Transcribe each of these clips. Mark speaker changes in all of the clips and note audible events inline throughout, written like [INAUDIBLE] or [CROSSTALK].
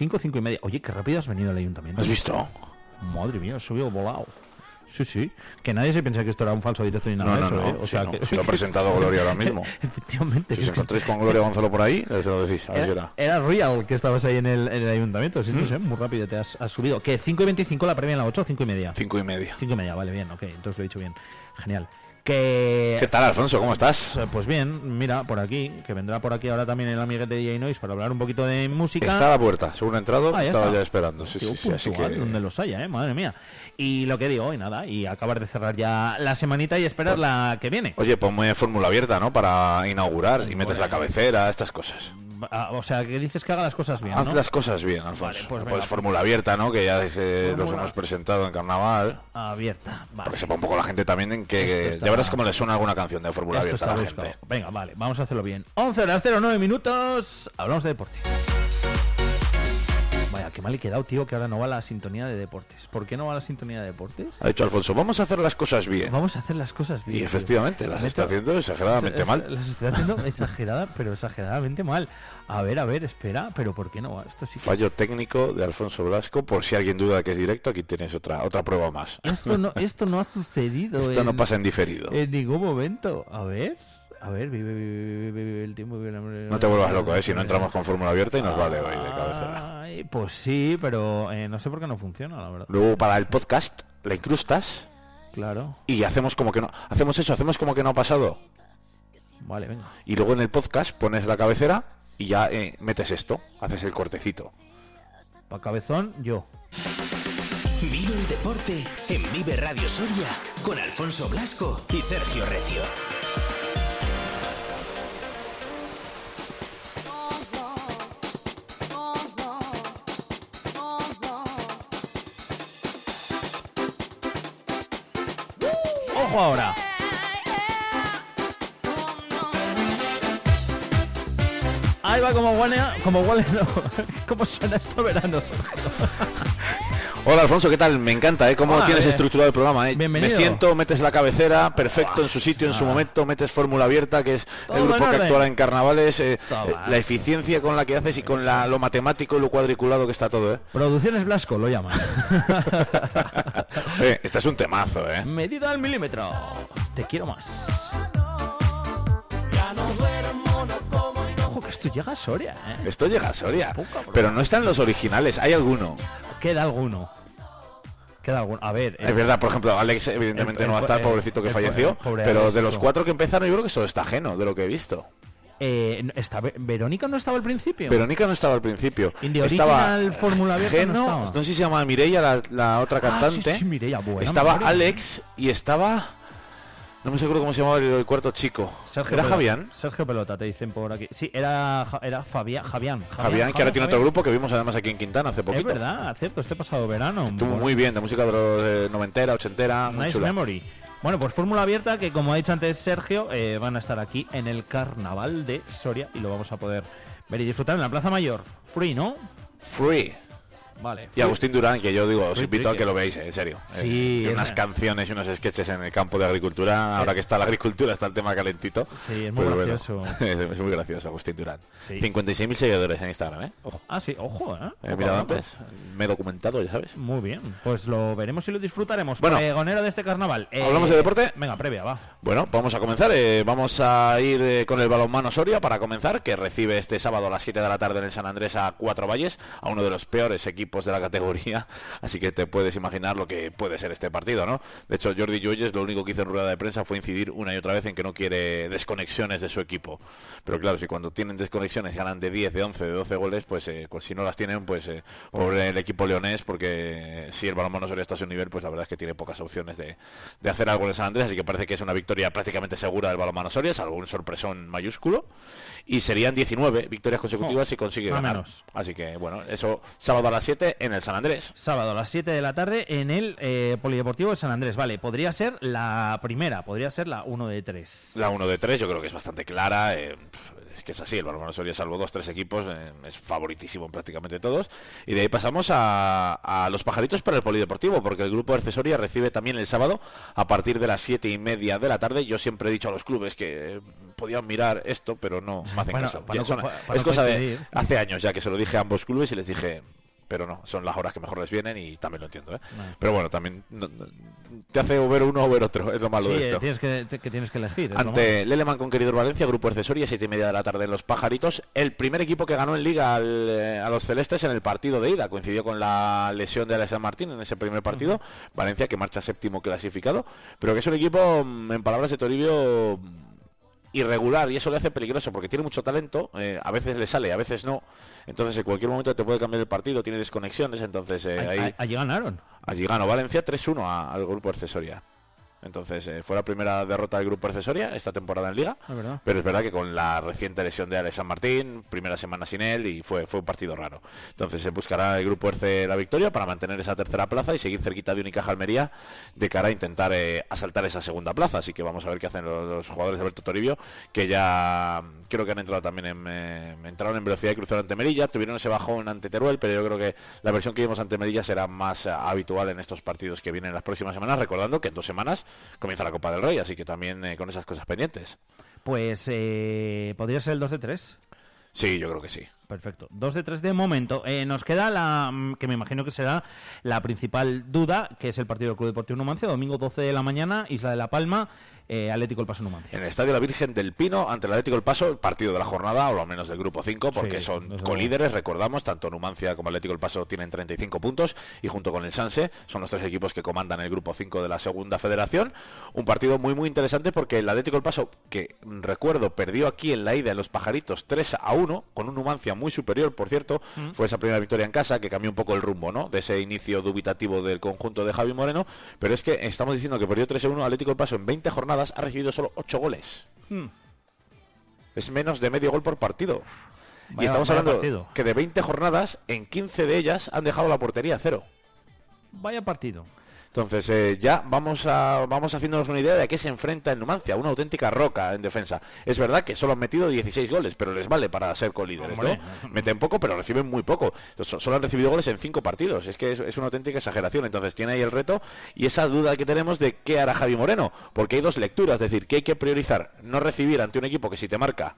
Speaker 1: 5, 5 y media. Oye, qué rápido has venido al ayuntamiento.
Speaker 2: ¿Has visto?
Speaker 1: Madre mía, has subido volado. Sí, sí. Que nadie se piensa que esto era un falso directo ni nada
Speaker 2: No,
Speaker 1: de
Speaker 2: no,
Speaker 1: eso,
Speaker 2: no.
Speaker 1: ¿eh? O
Speaker 2: sí,
Speaker 1: sea,
Speaker 2: no.
Speaker 1: que- [LAUGHS]
Speaker 2: Si lo ha presentado Gloria ahora mismo.
Speaker 1: Efectivamente.
Speaker 2: Si os encontráis con Gloria Gonzalo por ahí, se lo decís. A ver si
Speaker 1: Era,
Speaker 2: era. Mm.
Speaker 1: era real que estabas ahí en el, en el ayuntamiento. Sí, no sé, muy rápido te has, has subido. ¿Qué? ¿5 y 25 la premia en la 8 o 5 y media?
Speaker 2: Cinco y media.
Speaker 1: 5 y media, vale, bien, ok. Entonces lo he dicho bien. Genial. Que...
Speaker 2: ¿Qué tal, Alfonso? ¿Cómo estás?
Speaker 1: Eh, Pues bien, mira, por aquí, que vendrá por aquí ahora también el amiguete de DJ Noise para hablar un poquito de música.
Speaker 2: Está a la puerta. Según he entrado,
Speaker 1: Ah, ya
Speaker 2: estaba
Speaker 1: está.
Speaker 2: ya esperando. Sí,
Speaker 1: Tío,
Speaker 2: sí, sí. Así que...
Speaker 1: puntual, donde los haya, ¿eh? madre mía. Y lo que digo, y nada, y acabar de cerrar ya la semanita y esperar la que viene.
Speaker 2: Oye, ponme fórmula abierta, ¿no? Para inaugurar y metes la cabecera, estas cosas.
Speaker 1: Ah, O sea, que dices que haga las cosas bien,
Speaker 2: Haz
Speaker 1: ¿no?
Speaker 2: las cosas bien, Alfonso.
Speaker 1: Vale, pues venga.
Speaker 2: pues fórmula abierta, ¿no? Que ya se- los
Speaker 1: Fórmula.
Speaker 2: hemos presentado en carnaval.
Speaker 1: Abierta, vale.
Speaker 2: Para que sepa un poco la gente también en que...
Speaker 1: Esto está-
Speaker 2: Ya verás cómo le suena alguna canción de fórmula
Speaker 1: Esto
Speaker 2: abierta
Speaker 1: está
Speaker 2: a la
Speaker 1: buscado.
Speaker 2: gente.
Speaker 1: Venga, vale, vamos a hacerlo bien. 11 horas 09 minutos, hablamos de deporte. Vaya, qué mal he quedado, tío, que ahora no va la sintonía de deportes. ¿Por qué no va la sintonía de deportes?
Speaker 2: Ha dicho Alfonso, vamos a hacer las cosas bien.
Speaker 1: Vamos a hacer las cosas bien.
Speaker 2: eh. Y
Speaker 1: tío.
Speaker 2: efectivamente, las
Speaker 1: Neto,
Speaker 2: está haciendo exageradamente
Speaker 1: las-
Speaker 2: mal.
Speaker 1: Las estoy haciendo [LAUGHS] exagerada, pero exageradamente mal. A ver, a ver, espera, pero ¿por qué no? va? Esto sí que-
Speaker 2: Fallo técnico de Alfonso Blasco, por si alguien duda que es directo, aquí tienes otra otra prueba más.
Speaker 1: Esto no, esto no ha sucedido.
Speaker 2: Esto no
Speaker 1: en-
Speaker 2: pasa en diferido.
Speaker 1: En ningún momento. A ver, a ver, vive, vive, vive, vive el tiempo, vive el hambre.
Speaker 2: No te vuelvas loco, ¿eh? Si no entramos con fórmula abierta y nos vale hoy de cabecera.
Speaker 1: Ay, pues sí, pero eh, no sé por qué no funciona, la verdad.
Speaker 2: Luego para el podcast la incrustas
Speaker 1: Claro.
Speaker 2: y hacemos como que no... Hacemos eso, hacemos como que no ha pasado.
Speaker 1: Vale, venga.
Speaker 2: Y luego en el podcast pones la cabecera y ya eh, metes esto, haces el cortecito.
Speaker 1: Pa' cabezón, yo.
Speaker 3: Vive el deporte en Vive Radio Soria con Alfonso Blasco y Sergio Recio.
Speaker 1: ¡Ojo ahora! Ahí va como guanea, como guanea, no. [LAUGHS] ¿Cómo suena esto verano?
Speaker 2: Hola Alfonso, ¿qué tal? Me encanta, ¿eh? Cómo
Speaker 1: Hola,
Speaker 2: tienes
Speaker 1: eh.
Speaker 2: estructurado el programa, ¿eh?
Speaker 1: Bienvenido.
Speaker 2: Me siento, metes la cabecera, perfecto en su sitio, en su momento, metes fórmula abierta, que es
Speaker 1: Todo
Speaker 2: el
Speaker 1: en
Speaker 2: grupo que
Speaker 1: orden.
Speaker 2: actuará en carnavales, eh,
Speaker 1: Todo
Speaker 2: eh,
Speaker 1: va.
Speaker 2: la eficiencia con la que haces y con la, lo matemático y lo cuadriculado que está todo, ¿eh?
Speaker 1: Producciones Blasco lo llaman.
Speaker 2: Eh, Este es un temazo, ¿eh?
Speaker 1: Medido al milímetro. Te quiero más. Ojo, que esto llega a Soria, ¿eh?
Speaker 2: Esto llega a Soria,
Speaker 1: Poca broma.
Speaker 2: pero no están los originales, hay alguno.
Speaker 1: Queda alguno. Queda alguno. A ver. eh,
Speaker 2: Es verdad, por ejemplo, Alex evidentemente
Speaker 1: el-
Speaker 2: no va a estar,
Speaker 1: el-
Speaker 2: pobrecito que
Speaker 1: el-
Speaker 2: falleció,
Speaker 1: el pobre
Speaker 2: pero
Speaker 1: Alex,
Speaker 2: de los
Speaker 1: no.
Speaker 2: cuatro que empezaron yo creo que solo está ajeno de lo que he visto.
Speaker 1: eh, no- está- Ve- ¿Verónica no estaba al principio?
Speaker 2: Verónica no estaba al principio.
Speaker 1: In the
Speaker 2: estaba
Speaker 1: original fórmula abierta no
Speaker 2: Geno,
Speaker 1: estaba.
Speaker 2: no, sé si se llamaba Mireia, la, la otra cantante.
Speaker 1: Ah, sí, sí, Mireia, buena
Speaker 2: estaba
Speaker 1: memoria.
Speaker 2: Alex y estaba. No me seguro cómo se llamaba el, el cuarto chico. ¿Era
Speaker 1: Pelota.
Speaker 2: Javián?
Speaker 1: Sergio Pelota, te dicen por aquí. Sí, era, Ja- era Fabián, Javián.
Speaker 2: Javián, que ahora tiene otro grupo que vimos además aquí en Quintana hace poquito.
Speaker 1: Es verdad, cierto, este pasado verano.
Speaker 2: Estuvo
Speaker 1: Bueno,
Speaker 2: muy bien, de música de los eh, noventera, ochentera, muy
Speaker 1: Nice
Speaker 2: chula.
Speaker 1: Memory. Bueno, pues fórmula abierta que, como ha dicho antes Sergio, eh, van a estar aquí en el carnaval de Soria y lo vamos a poder ver y disfrutar en la Plaza Mayor. Free, ¿no?
Speaker 2: Free.
Speaker 1: Vale.
Speaker 2: Y Agustín Durán, que yo digo, os
Speaker 1: Free,
Speaker 2: invito a
Speaker 1: free,
Speaker 2: que
Speaker 1: que-
Speaker 2: lo veáis, eh, en serio. Eh,
Speaker 1: Sí,
Speaker 2: tiene
Speaker 1: es
Speaker 2: unas
Speaker 1: una-
Speaker 2: canciones y unos sketches en el campo de agricultura. Ahora que está la agricultura, está el tema calentito.
Speaker 1: Sí, es muy
Speaker 2: Pero
Speaker 1: gracioso.
Speaker 2: [LAUGHS] es, es muy gracioso, Agustín Durán.
Speaker 1: Sí.
Speaker 2: 56.000 seguidores en Instagram, ¿eh? Ojo.
Speaker 1: Ah, sí, ojo, ¿eh?
Speaker 2: He mirado antes, me he documentado, ya sabes.
Speaker 1: Muy bien, pues lo veremos y lo disfrutaremos.
Speaker 2: Bueno.
Speaker 1: Pregonero de este carnaval. Eh,
Speaker 2: ¿Hablamos de deporte?
Speaker 1: Venga, previa, va.
Speaker 2: Bueno, vamos a comenzar. eh, vamos a ir eh, con el balonmano Soria para comenzar, que recibe este sábado a las 7 de la tarde en el San Andrés a Cuatro Valles, a uno de los peores equipos de la categoría. [LAUGHS] Así que te puedes imaginar lo que puede ser este partido, ¿no? De hecho, Jordi Lloyes lo único que hizo en rueda de prensa fue incidir una y otra vez en que no quiere desconexiones de su equipo. Pero claro, si cuando tienen desconexiones ganan de 10, de 11, de 12 goles, pues eh, cu- si no las tienen, pues eh, pobre el equipo leonés, porque eh, si el balonmano Soria está a su nivel, pues la verdad es que tiene pocas opciones de, de hacer algo en el San Andrés, así que parece que es una victoria prácticamente segura del balonmano Soria, salvo un sorpresón mayúsculo. Y serían 19 victorias consecutivas
Speaker 1: Oh,
Speaker 2: si consigue
Speaker 1: nada
Speaker 2: ganar.
Speaker 1: menos.
Speaker 2: Así que bueno, eso sábado a las 7 7 en el San Andrés.
Speaker 1: Sábado a las 7 de la tarde en el eh, Polideportivo de San Andrés. Vale, podría ser la primera, podría ser la 1 de 3.
Speaker 2: La 1 de 3 yo creo que es bastante clara. eh, pf, es que es así, el Balonmano Soria, salvo dos, tres equipos, eh, es favoritísimo en prácticamente todos. Y de ahí pasamos a, a los pajaritos para el polideportivo, porque el grupo Erce Soria recibe también el sábado a partir de las siete y media de la tarde. Yo siempre he dicho a los clubes que eh, podían mirar esto, pero no me hacen
Speaker 1: Bueno,
Speaker 2: caso.
Speaker 1: para no
Speaker 2: Son-
Speaker 1: co- para
Speaker 2: es
Speaker 1: no
Speaker 2: cosa de
Speaker 1: coincidir.
Speaker 2: hace años ya que se lo dije a ambos clubes y les dije, pero no, son las horas que mejor les vienen y también lo entiendo. ¿eh?
Speaker 1: Vale.
Speaker 2: Pero bueno, también no- no- te hace ver uno o ver otro, es lo malo
Speaker 1: Sí,
Speaker 2: de
Speaker 1: eh,
Speaker 2: esto.
Speaker 1: tienes que, te- que tienes que elegir. es lo malo.
Speaker 2: Ante Leleman con Querido Valencia, Grupo Ercesoria, siete y media de la tarde en Los Pajaritos. El primer equipo que ganó en Liga al, eh, a los Celestes en el partido de ida. Coincidió con la lesión de San Martín en ese primer partido. Valencia que marcha séptimo clasificado. Pero que es un equipo, mm, en palabras de Toribio, mm, irregular y eso le hace peligroso porque tiene mucho talento, eh, a veces le sale, a veces no. Entonces en cualquier momento te puede cambiar el partido, tiene desconexiones, entonces eh,
Speaker 1: A-
Speaker 2: ahí...
Speaker 1: a- Allí ganaron.
Speaker 2: Allí ganó Valencia 3-1 a- al grupo accesoria. Entonces, eh, fue la primera derrota del grupo accesoria esta temporada en Liga.
Speaker 1: Es verdad.
Speaker 2: Pero es verdad que con la reciente lesión de Alex San Martín, primera semana sin él y fue, fue un partido raro. Entonces se buscará el grupo Erce la victoria para mantener esa tercera plaza y seguir cerquita de Unicaja Almería de cara a intentar eh, asaltar esa segunda plaza. Así que vamos a ver qué hacen los, los jugadores de Alberto Toribio, que ya mm, creo que han entrado también en, eh, entraron en velocidad y cruzaron ante Melilla, tuvieron ese bajón ante Teruel, pero yo creo que la versión que vimos ante Melilla será más eh, habitual en estos partidos que vienen las próximas semanas, recordando que en dos semanas comienza la Copa del Rey, así que también eh, con esas cosas pendientes.
Speaker 1: Pues eh, podría ser el 2 de 3.
Speaker 2: Sí, yo creo que sí.
Speaker 1: Perfecto. 2 de 3 de momento. Eh, nos queda la mm, que me imagino que será la principal duda, que es el partido del Club Deportivo Numancia, domingo 12 de la mañana, Isla de la Palma, eh, Atlético El Paso Numancia.
Speaker 2: En el Estadio La Virgen del Pino, ante el Atlético El Paso, el partido de la jornada, o lo menos del grupo 5, porque
Speaker 1: Sí,
Speaker 2: son
Speaker 1: desde
Speaker 2: colíderes, recordamos, tanto Numancia como Atlético El Paso tienen 35 puntos, y junto con el Sanse son los tres equipos que comandan el grupo 5 de la Segunda Federación. Un partido muy, muy interesante porque el Atlético El Paso, que mm, recuerdo, perdió aquí en la ida en los Pajaritos 3 a 1, con un Numancia muy superior, por cierto,
Speaker 1: Mm.
Speaker 2: fue esa primera victoria en casa que cambió un poco el rumbo, ¿no? De ese inicio dubitativo del conjunto de Javi Moreno, pero es que estamos diciendo que perdió 3 a 1 Atlético El Paso en 20 jornadas, ha recibido solo 8 goles.
Speaker 1: Hmm.
Speaker 2: Es menos de medio gol por partido. y
Speaker 1: Vaya-
Speaker 2: estamos
Speaker 1: vaya
Speaker 2: hablando
Speaker 1: partido.
Speaker 2: que de 20 jornadas, en 15 de ellas han dejado la portería a cero.
Speaker 1: Vaya partido.
Speaker 2: Entonces eh, ya vamos a vamos haciéndonos una idea de a qué se enfrenta el Numancia, una auténtica roca en defensa. Es verdad que solo han metido 16 goles, pero les vale para ser colíderes, ¿no?
Speaker 1: Hombre.
Speaker 2: Meten poco, pero reciben muy poco. So- Solo han recibido goles en 5 partidos. Es que es, es una auténtica exageración. Entonces tiene ahí el reto y esa duda que tenemos de qué hará Javi Moreno, porque hay dos lecturas, es decir, que hay que priorizar no recibir ante un equipo que si te marca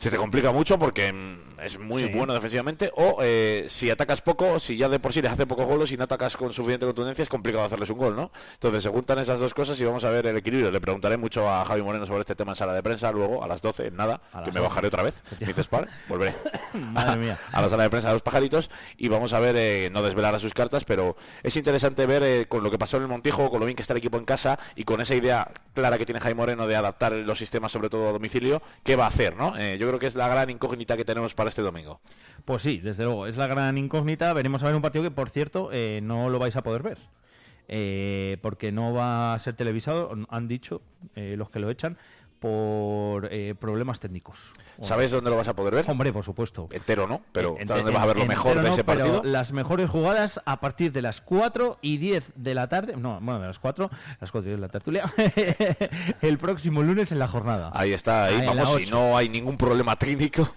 Speaker 2: se te complica mucho porque mm, es muy
Speaker 1: Sí.
Speaker 2: bueno defensivamente. O eh, si atacas poco, si ya de por sí les hace pocos goles y no atacas con suficiente contundencia, es complicado hacerles un gol, ¿no? Entonces se juntan esas dos cosas y vamos a ver el equilibrio. Le preguntaré mucho a Javi Moreno sobre este tema en sala de prensa, luego a las 12, en nada,
Speaker 1: A
Speaker 2: que
Speaker 1: las 12.
Speaker 2: me bajaré otra vez. Me dices, par,
Speaker 1: [LAUGHS]
Speaker 2: volveré
Speaker 1: Madre mía.
Speaker 2: a la sala de prensa de los pajaritos y vamos a ver, eh, no desvelar a sus cartas, pero es interesante ver eh, con lo que pasó en el Montijo, con lo bien que está el equipo en casa y con esa idea clara que tiene Jaime Moreno de adaptar los sistemas, sobre todo a domicilio, qué va a hacer, ¿no? Eh, yo creo que es la gran incógnita que tenemos para este domingo.
Speaker 1: Pues sí, desde luego, es la gran incógnita. Veremos a ver un partido que, por cierto, eh, no lo vais a poder ver. Eh, porque no va a ser televisado, han dicho eh, los que lo echan, por eh, problemas técnicos.
Speaker 2: ¿Sabes dónde lo vas a poder ver?
Speaker 1: Hombre, por supuesto.
Speaker 2: Entero, ¿no? Pero
Speaker 1: Ente-
Speaker 2: ¿dónde vas a ver lo
Speaker 1: Eh, en-
Speaker 2: mejor
Speaker 1: entero
Speaker 2: de
Speaker 1: no,
Speaker 2: ese
Speaker 1: pero
Speaker 2: partido?
Speaker 1: Las mejores jugadas a partir de las 4 y 10 de la tarde. No, bueno, de las 4. Las 4 y 10 de la tertulia. [LAUGHS] el próximo lunes en la jornada.
Speaker 2: Ahí está, ahí
Speaker 1: Ah, en la
Speaker 2: vamos, si
Speaker 1: ocho.
Speaker 2: no hay ningún
Speaker 1: [LAUGHS]
Speaker 2: problema técnico.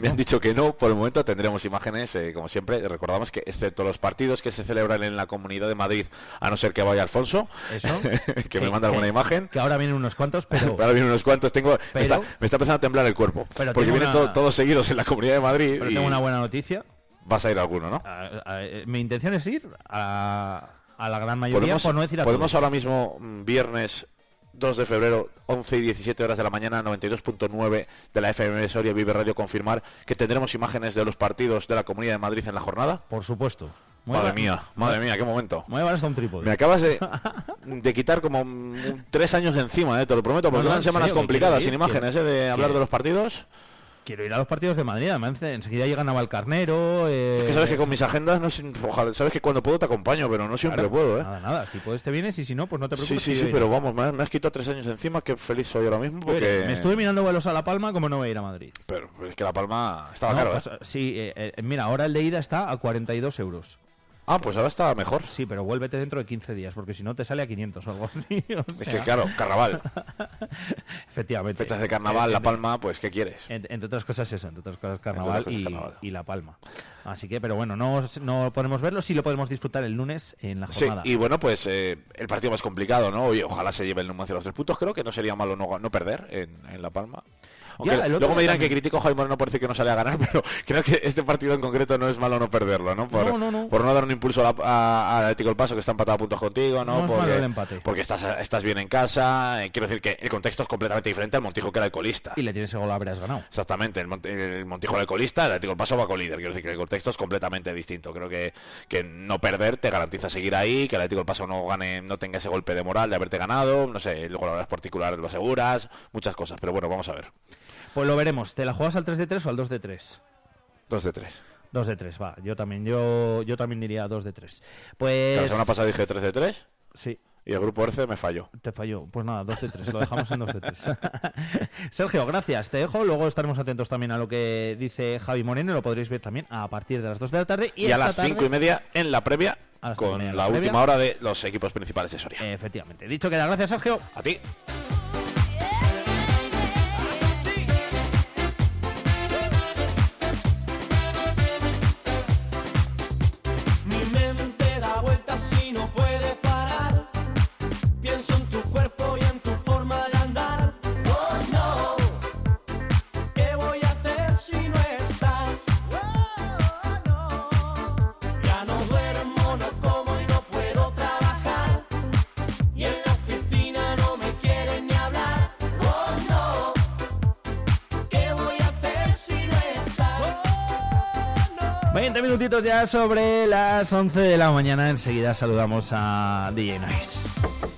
Speaker 2: Me han dicho que no, por el momento tendremos imágenes, eh, como siempre, recordamos que excepto los partidos que se celebran en la Comunidad de Madrid, a no ser que vaya Alfonso,
Speaker 1: Eso.
Speaker 2: [LAUGHS] que me manda alguna imagen.
Speaker 1: Que ahora vienen unos cuantos,
Speaker 2: [LAUGHS]
Speaker 1: pero.
Speaker 2: Ahora vienen unos cuantos, tengo, me,
Speaker 1: Pero-
Speaker 2: está, me está empezando a temblar el cuerpo,
Speaker 1: Pero
Speaker 2: porque
Speaker 1: tengo
Speaker 2: vienen
Speaker 1: una-
Speaker 2: to- todos seguidos en la Comunidad de Madrid
Speaker 1: pero
Speaker 2: y
Speaker 1: tengo una buena noticia.
Speaker 2: vas a ir a alguno, ¿no?
Speaker 1: A- a- eh, mi intención es ir a, a la gran mayoría,
Speaker 2: Podemos,
Speaker 1: por no decir a
Speaker 2: podemos
Speaker 1: todos.
Speaker 2: ahora mismo, mm, viernes 2 de febrero, 11 y 17 horas de la mañana, 92.9 de la FM de Soria Vive Radio, confirmar que tendremos imágenes de los partidos de la Comunidad de Madrid en la jornada.
Speaker 1: Por supuesto.
Speaker 2: Madre
Speaker 1: Mueva-
Speaker 2: mía, madre mía, qué momento.
Speaker 1: Mueva hasta un trípode.
Speaker 2: Me
Speaker 1: [LAUGHS]
Speaker 2: acabas de, de quitar como un- tres años de encima, eh, te lo prometo, porque
Speaker 1: No, no,
Speaker 2: eran
Speaker 1: en
Speaker 2: semanas
Speaker 1: serio, que
Speaker 2: complicadas
Speaker 1: quiero ir,
Speaker 2: sin imágenes eh, de hablar de los partidos.
Speaker 1: quiero ir a los partidos de Madrid. Además, eh, enseguida llegan a Valcarnero. Eh...
Speaker 2: Es que sabes que con mis agendas, no sé- ojalá, sabes que cuando puedo te acompaño, pero no siempre
Speaker 1: Claro,
Speaker 2: puedo, ¿eh?
Speaker 1: Nada, nada. Si puedes, te vienes y si no, pues no te
Speaker 2: Sí,
Speaker 1: preocupes.
Speaker 2: sí,
Speaker 1: que
Speaker 2: sí,
Speaker 1: yo iré.
Speaker 2: pero vamos, me has, me has quitado tres años encima, qué feliz soy ahora mismo
Speaker 1: Yo iré.
Speaker 2: porque...
Speaker 1: Me estuve mirando vuelos a La Palma, como no voy a ir a Madrid.
Speaker 2: Pero pero es que La Palma estaba
Speaker 1: No,
Speaker 2: caro, ¿eh?
Speaker 1: pues, sí, eh, eh, mira, ahora el de ida está a 42 euros.
Speaker 2: Ah, pues ahora está mejor.
Speaker 1: Sí, pero vuélvete dentro de 15 días, porque si no te sale a 500 o algo así. [LAUGHS] o
Speaker 2: Es que
Speaker 1: sea,
Speaker 2: claro,
Speaker 1: [LAUGHS]
Speaker 2: carnaval,
Speaker 1: efectivamente.
Speaker 2: fechas de carnaval, La Palma, pues ¿qué quieres?
Speaker 1: En- entre otras cosas eso, entre otras cosas
Speaker 2: otras
Speaker 1: carnaval,
Speaker 2: cosas,
Speaker 1: y,
Speaker 2: carnaval.
Speaker 1: y La Palma. Así que, pero bueno, no, os- no podemos verlo, sí lo podemos disfrutar el lunes en la
Speaker 2: Sí,
Speaker 1: jornada.
Speaker 2: y bueno, pues eh, el partido más complicado, ¿no? Oye, ojalá se lleve el Numancia los tres puntos. Creo que no sería malo no, no perder en, en La Palma. Aunque
Speaker 1: Ya, el otro
Speaker 2: luego
Speaker 1: día
Speaker 2: me dirán
Speaker 1: también.
Speaker 2: que critico a Jaime Moreno por decir que no sale a ganar, [LAUGHS] pero creo que este partido en concreto no es malo no perderlo, ¿no? Por
Speaker 1: No, no, no.
Speaker 2: por dar un impulso a la- a- a Atlético del Paso, que está empatado a puntos contigo,
Speaker 1: No
Speaker 2: ¿no?
Speaker 1: es
Speaker 2: porque,
Speaker 1: malo el empate.
Speaker 2: Porque estás, estás bien en casa. eh, quiero decir que el contexto es completamente diferente al Montijo, que era el colista.
Speaker 1: Y le tienes el gol, habrías ganado.
Speaker 2: Exactamente, el, Mont- el Montijo de colista, el Atlético del Paso va con líder. Quiero decir que el contexto es completamente distinto. Creo que, que no perder te garantiza seguir ahí, que el Atlético del Paso no gane, no tenga ese golpe de moral de haberte ganado. No sé, luego las horas particulares lo aseguras, muchas cosas. Pero bueno, vamos a ver.
Speaker 1: Pues lo veremos, ¿te la juegas al 3 de 3 o al 2 de 3?
Speaker 2: Dos de tres.
Speaker 1: 2 de 3, va, yo también, yo, yo también diría 2 de 3. Pues...
Speaker 2: La semana pasada dije tres de tres
Speaker 1: Sí,
Speaker 2: y el grupo Erce me falló.
Speaker 1: te falló. Pues nada, 2 de 3, lo dejamos en 2 de 3. [LAUGHS] Sergio, gracias, te dejo. Luego estaremos atentos también a lo que dice Javi Moreno, lo podréis ver también a partir de las 2 de la tarde. Y,
Speaker 2: Y, a
Speaker 1: esta
Speaker 2: las
Speaker 1: tarde-
Speaker 2: cinco y media en la previa
Speaker 1: A las cinco y
Speaker 2: con
Speaker 1: media
Speaker 2: la,
Speaker 1: en la previa. Eh.
Speaker 2: última hora de los equipos principales de Soria.
Speaker 1: Efectivamente. Dicho queda, gracias Sergio.
Speaker 2: A ti.
Speaker 4: Mi mente da vueltas y no puede parar. Pienso en tu cuerpo y en tu forma de andar. Oh no, ¿qué voy a hacer si no estás? Oh no, ya no duermo, no como y no puedo trabajar. Y en la oficina no me quieren ni hablar. Oh no, ¿qué voy a hacer si no estás? Oh no.
Speaker 1: 20 minutitos ya sobre las 11 de la mañana. Enseguida saludamos a DJ Nice.